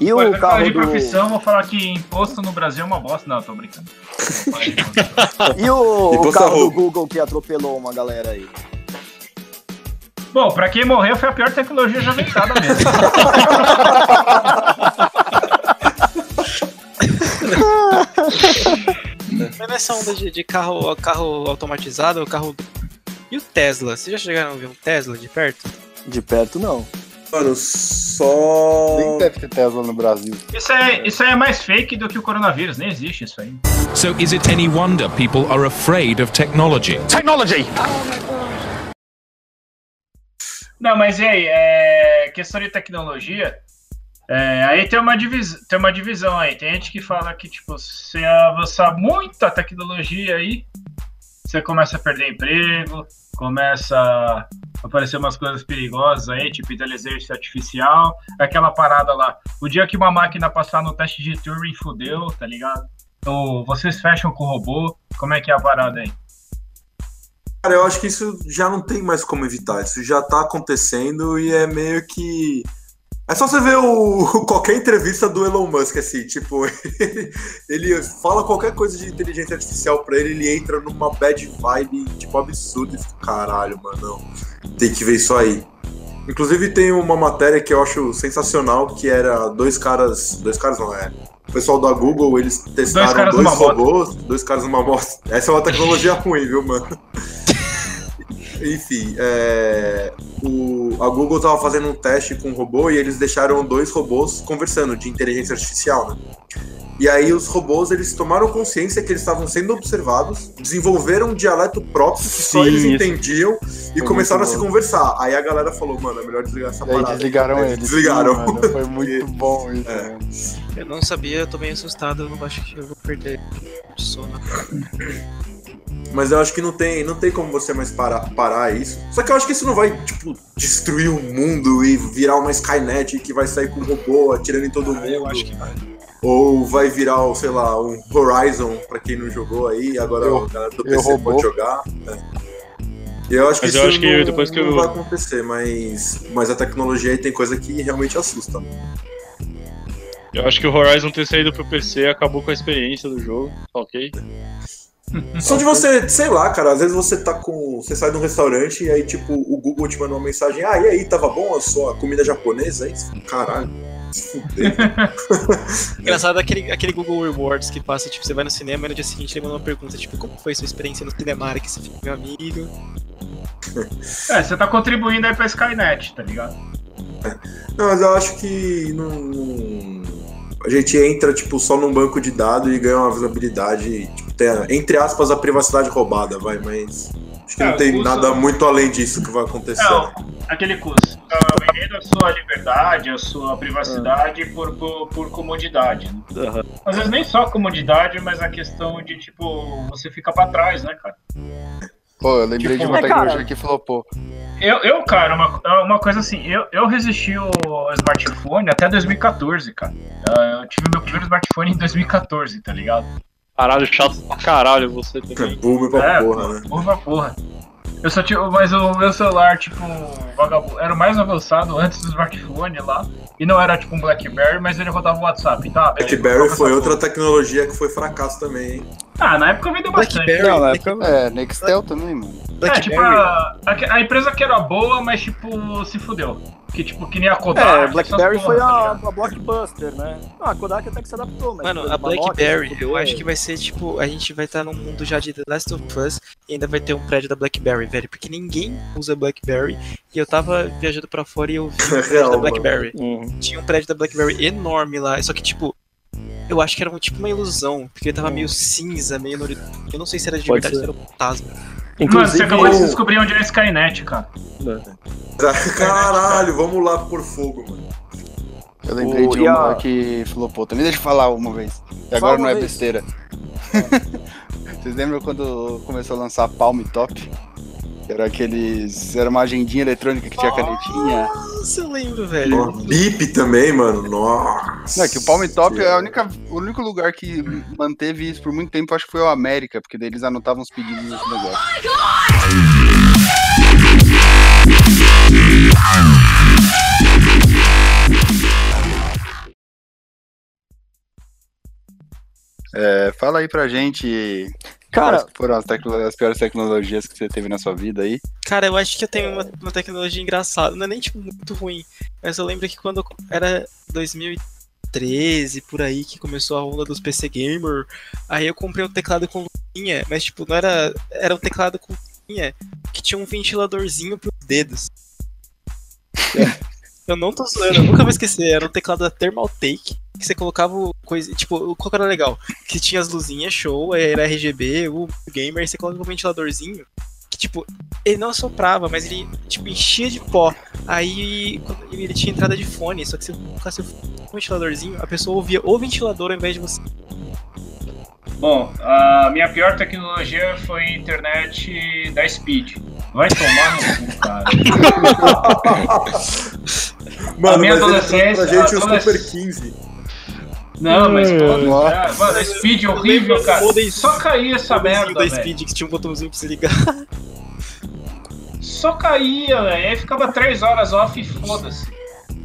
G: E
C: Vai
G: o
C: vai falar
G: carro
C: de
G: do.
C: profissão, vou falar que imposto no Brasil é uma bosta. Não, tô brincando. Não fala de imposto.
G: E o,
F: E
G: o
F: posta
G: carro do
F: roupa.
G: Google que atropelou uma galera aí?
C: Bom, pra quem morreu foi a pior tecnologia já inventada mesmo.
B: Mas nessa onda de, de carro, carro automatizado, carro. E o Tesla? Vocês já chegaram a ver um Tesla de perto?
G: De perto, não.
F: Mano, só.
D: Nem deve ter Tesla no Brasil.
C: Isso aí, isso aí é mais fake do que o coronavírus, nem existe isso aí.
H: So is it any wonder people are afraid of technology?
C: Não, mas e aí? É... Questão de tecnologia. é, Aí tem uma, divis... tem uma divisão aí. Tem gente que fala que, tipo, se avançar muito a tecnologia aí, você começa a perder emprego, começa a aparecer umas coisas perigosas aí, tipo inteligência artificial, aquela parada lá. O dia que uma máquina passar no teste de Turing, fudeu, tá ligado? Ou vocês fecham com o robô, como é que é a parada aí?
F: Cara, eu acho que isso já não tem mais como evitar. Isso já tá acontecendo e é meio que. É só você ver o, qualquer entrevista do Elon Musk, assim, tipo, ele fala qualquer coisa de inteligência artificial pra ele, ele entra numa bad vibe, tipo, absurda e fica, caralho, mano, não, tem que ver isso aí. Inclusive tem uma matéria que eu acho sensacional, que era dois caras, dois caras não, é, o pessoal da Google, eles testaram
C: caras
F: dois,
C: numa moto.
F: robôs, dois caras numa moto. Essa é uma tecnologia ruim, viu, mano? Enfim, é, o, a Google tava fazendo um teste com um robô e eles deixaram dois robôs conversando de inteligência artificial, né? E aí os robôs, eles tomaram consciência que eles estavam sendo observados, desenvolveram um dialeto próprio que só
E: Sim,
F: eles
E: isso.
F: entendiam e
D: Foi
F: começaram a
D: muito
F: se
D: bom.
F: conversar. Aí a galera falou, mano, é melhor desligar essa
D: E aí
F: parada.
D: desligaram
F: Aí
D: eles.
F: Desligaram.
D: Sim, mano, foi muito bom isso.
F: É.
D: mano.
B: Eu não sabia, eu tô meio assustado, eu acho que eu vou perder o sono.
F: Mas eu acho que não tem, não tem como você mais parar, parar isso. Só que eu acho que isso não vai, tipo, destruir o mundo e virar uma Skynet que vai sair com um robô atirando em todo mundo.
B: Eu acho que vai.
F: Ou vai virar, o, sei lá, um Horizon, pra quem não jogou aí, agora
D: Eu-
F: a galera do
D: eu
F: PC
D: robô.
F: pode jogar. né? E eu acho que
E: Mas
F: isso
E: eu acho que
F: não,
E: depois que
F: não
E: eu-
F: vai acontecer, mas, mas a tecnologia aí tem coisa que realmente assusta.
E: Uhum. Eu acho que o Horizon ter saído pro PC acabou com a experiência do jogo, Tá ok?
F: Só de você, sei lá, cara, às vezes você tá com. Você sai de um restaurante e aí, tipo, o Google te manda uma mensagem, ah, e aí, tava bom a sua comida japonesa? Aí, você fala, caralho, se fudeu.
B: Engraçado é aquele, aquele Google Rewards que passa, tipo, você vai no cinema e no dia seguinte ele manda uma pergunta, tipo, como foi sua experiência no Cinemark, você fica meu amigo?
C: É, você tá contribuindo aí pra Skynet, tá ligado?
F: Não, mas eu acho que não, não- a gente entra tipo só num banco de dados e ganha uma visibilidade, tipo, tem a- entre aspas a privacidade roubada, vai, mas acho que
C: É,
F: não tem
C: o uso-
F: nada muito além disso que vai acontecer. né?
C: Não, aquele curso. Tá vendendo a sua liberdade, a sua privacidade por, por, por comodidade. Né?
G: Aham.
C: Às vezes nem só comodidade, mas a questão de, tipo, você fica pra trás, né, cara?
D: Pô, eu lembrei
C: Tipo,
E: um
D: de uma
G: é, cara.
D: tecnologia que flopou.
C: Eu, eu cara, uma, uma coisa assim, eu, eu resisti ao smartphone até 2014, cara. Ah, Eu tive meu primeiro smartphone em 2014, tá ligado?
E: Caralho, chato pra caralho você
F: É
E: também.
F: boomer pra
C: É,
F: porra, né?
C: Porra, porra. Eu só tinha. Mas o meu celular, tipo, vagabundo, era o mais avançado antes do smartphone lá. E não era tipo um Blackberry, mas ele rodava o WhatsApp. Então, ah, beleza,
F: BlackBerry
C: vamos
F: foi
C: colocar
F: outra
C: essa
F: tecnologia que foi fracasso também, hein?
C: porra. Ah, na época vendeu bastante.
B: Blackberry.
G: Não, na
B: Black-
G: época.
D: É, Nextel também, mano.
C: É,
B: Blackberry.
C: tipo, a, a- a empresa que era boa, mas tipo, se fudeu. Que tipo, que nem a Kodak.
E: Ah,
G: É, Blackberry
C: essas
G: foi
C: porra,
G: a,
C: tá ligado?
G: a blockbuster, né? Ah, a Kodak até que se adaptou, mas.
B: Mano,
G: por
B: a
G: exemplo, Nokia,
B: BlackBerry,
G: tudo
B: eu
G: bem.
B: acho que vai ser tipo, a gente vai estar num mundo já de The Last of Us e ainda vai ter um prédio da BlackBerry, velho, porque ninguém usa BlackBerry. E eu tava viajando pra fora e eu vi um prédio
F: Real,
B: da
F: mano.
B: BlackBerry.
G: Uhum.
B: Tinha um prédio da BlackBerry enorme lá, só que tipo, eu acho que era um, tipo uma ilusão, porque ele tava meio cinza, meio nori... Eu não sei se era de
G: Pode
B: verdade, se
G: ser.
B: era um fantasma.
C: Mano, você
G: Inclusive,
C: acabou de
F: eu-
C: descobrir onde é a Skynet, cara.
F: Caralho, vamos lá por fogo, mano.
D: Eu lembrei
G: O-
D: de
G: e
D: uma
G: a-
D: que flopou também. Deixa eu falar uma vez. E agora
G: Fala
D: não
G: uma
D: é
G: vez.
D: besteira. Vocês lembram quando começou a lançar Palm Top? Era aqueles. Era uma agendinha eletrônica que
G: Ah,
D: tinha canetinha.
B: Nossa, eu lembro, velho.
F: Ó, Bip também, mano. Nossa.
D: Não, é que o Palm Top é a única, o único lugar que manteve isso por muito tempo, acho que foi o América, porque daí eles anotavam os pedidos nesse negócio. É, fala aí pra gente
G: cara,
D: quais foram as, tecno- as piores tecnologias que você teve na sua vida aí.
B: Cara, eu acho que eu tenho uma, uma tecnologia engraçada. Não é nem, tipo, muito ruim. Mas eu lembro que quando eu- era 2013, por aí, que começou a onda dos PC Gamer, aí eu comprei um teclado com luzinha, mas, tipo, não era... Era um teclado com luzinha que tinha um ventiladorzinho pros dedos. eu não tô zoando, eu nunca vou esquecer. Era um teclado da Thermaltake, que você colocava o coisa... Tipo, qual que era legal? Que tinha as luzinhas show, era RGB, o gamer, você colocava um ventiladorzinho que, tipo, ele não soprava, mas ele, tipo, enchia de pó. Aí quando ele ele tinha entrada de fone, só que se você colocasse o ventiladorzinho, a pessoa ouvia o ventilador ao invés de você.
C: Bom, a minha pior tecnologia foi a internet da Speed. Vai tomar no cu, cara.
F: Mano,
C: A minha
F: mas ele
C: adolescência-
F: falou pra gente
C: a
F: o
C: adolescência-
F: Super 15.
C: Não, mas pô,
D: Nossa.
C: cara, mano, Speed horrível, cara.
B: Odeio-
C: Só caía essa merda,
B: Botãozinho da
C: velho.
B: Speed que tinha um botãozinho pra você ligar.
C: Só caía, velho. Aí ficava três horas off e foda-se.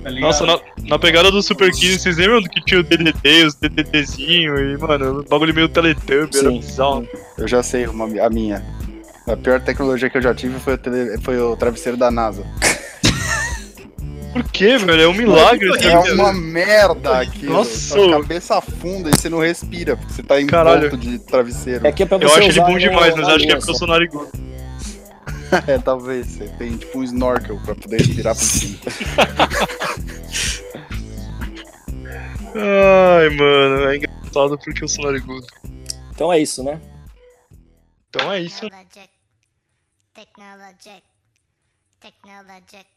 C: Tá ligado?
E: Nossa, na, na pegada do Super 15, vocês lembram do que tinha o DDD, os DDDzinho e, mano, o bagulho meio Teletubby, era
G: Sim.
E: bizarro.
D: Eu já sei uma, a minha. A pior tecnologia que eu já tive foi o, tele- foi o travesseiro da NASA.
E: Por que, velho? É um milagre. esse
D: É
E: bagulho.
D: uma merda aqui.
E: Nossa.
D: Sua cabeça afunda e você não respira, porque você tá em
E: Caralho.
D: ponto de travesseiro.
G: é que é pra você.
E: Eu acho ele
G: usar
E: bom
G: no-
E: demais,
D: né,
E: mas
G: na
E: acho que é
G: louça.
E: porque eu sou narigudo.
D: É, talvez. Você tem tipo um snorkel pra poder respirar por cima.
E: Ai, mano, é engraçado porque eu sou narigudo.
G: Então é isso, né?
E: Então é isso,
I: Technologic. Technologic. Technologic.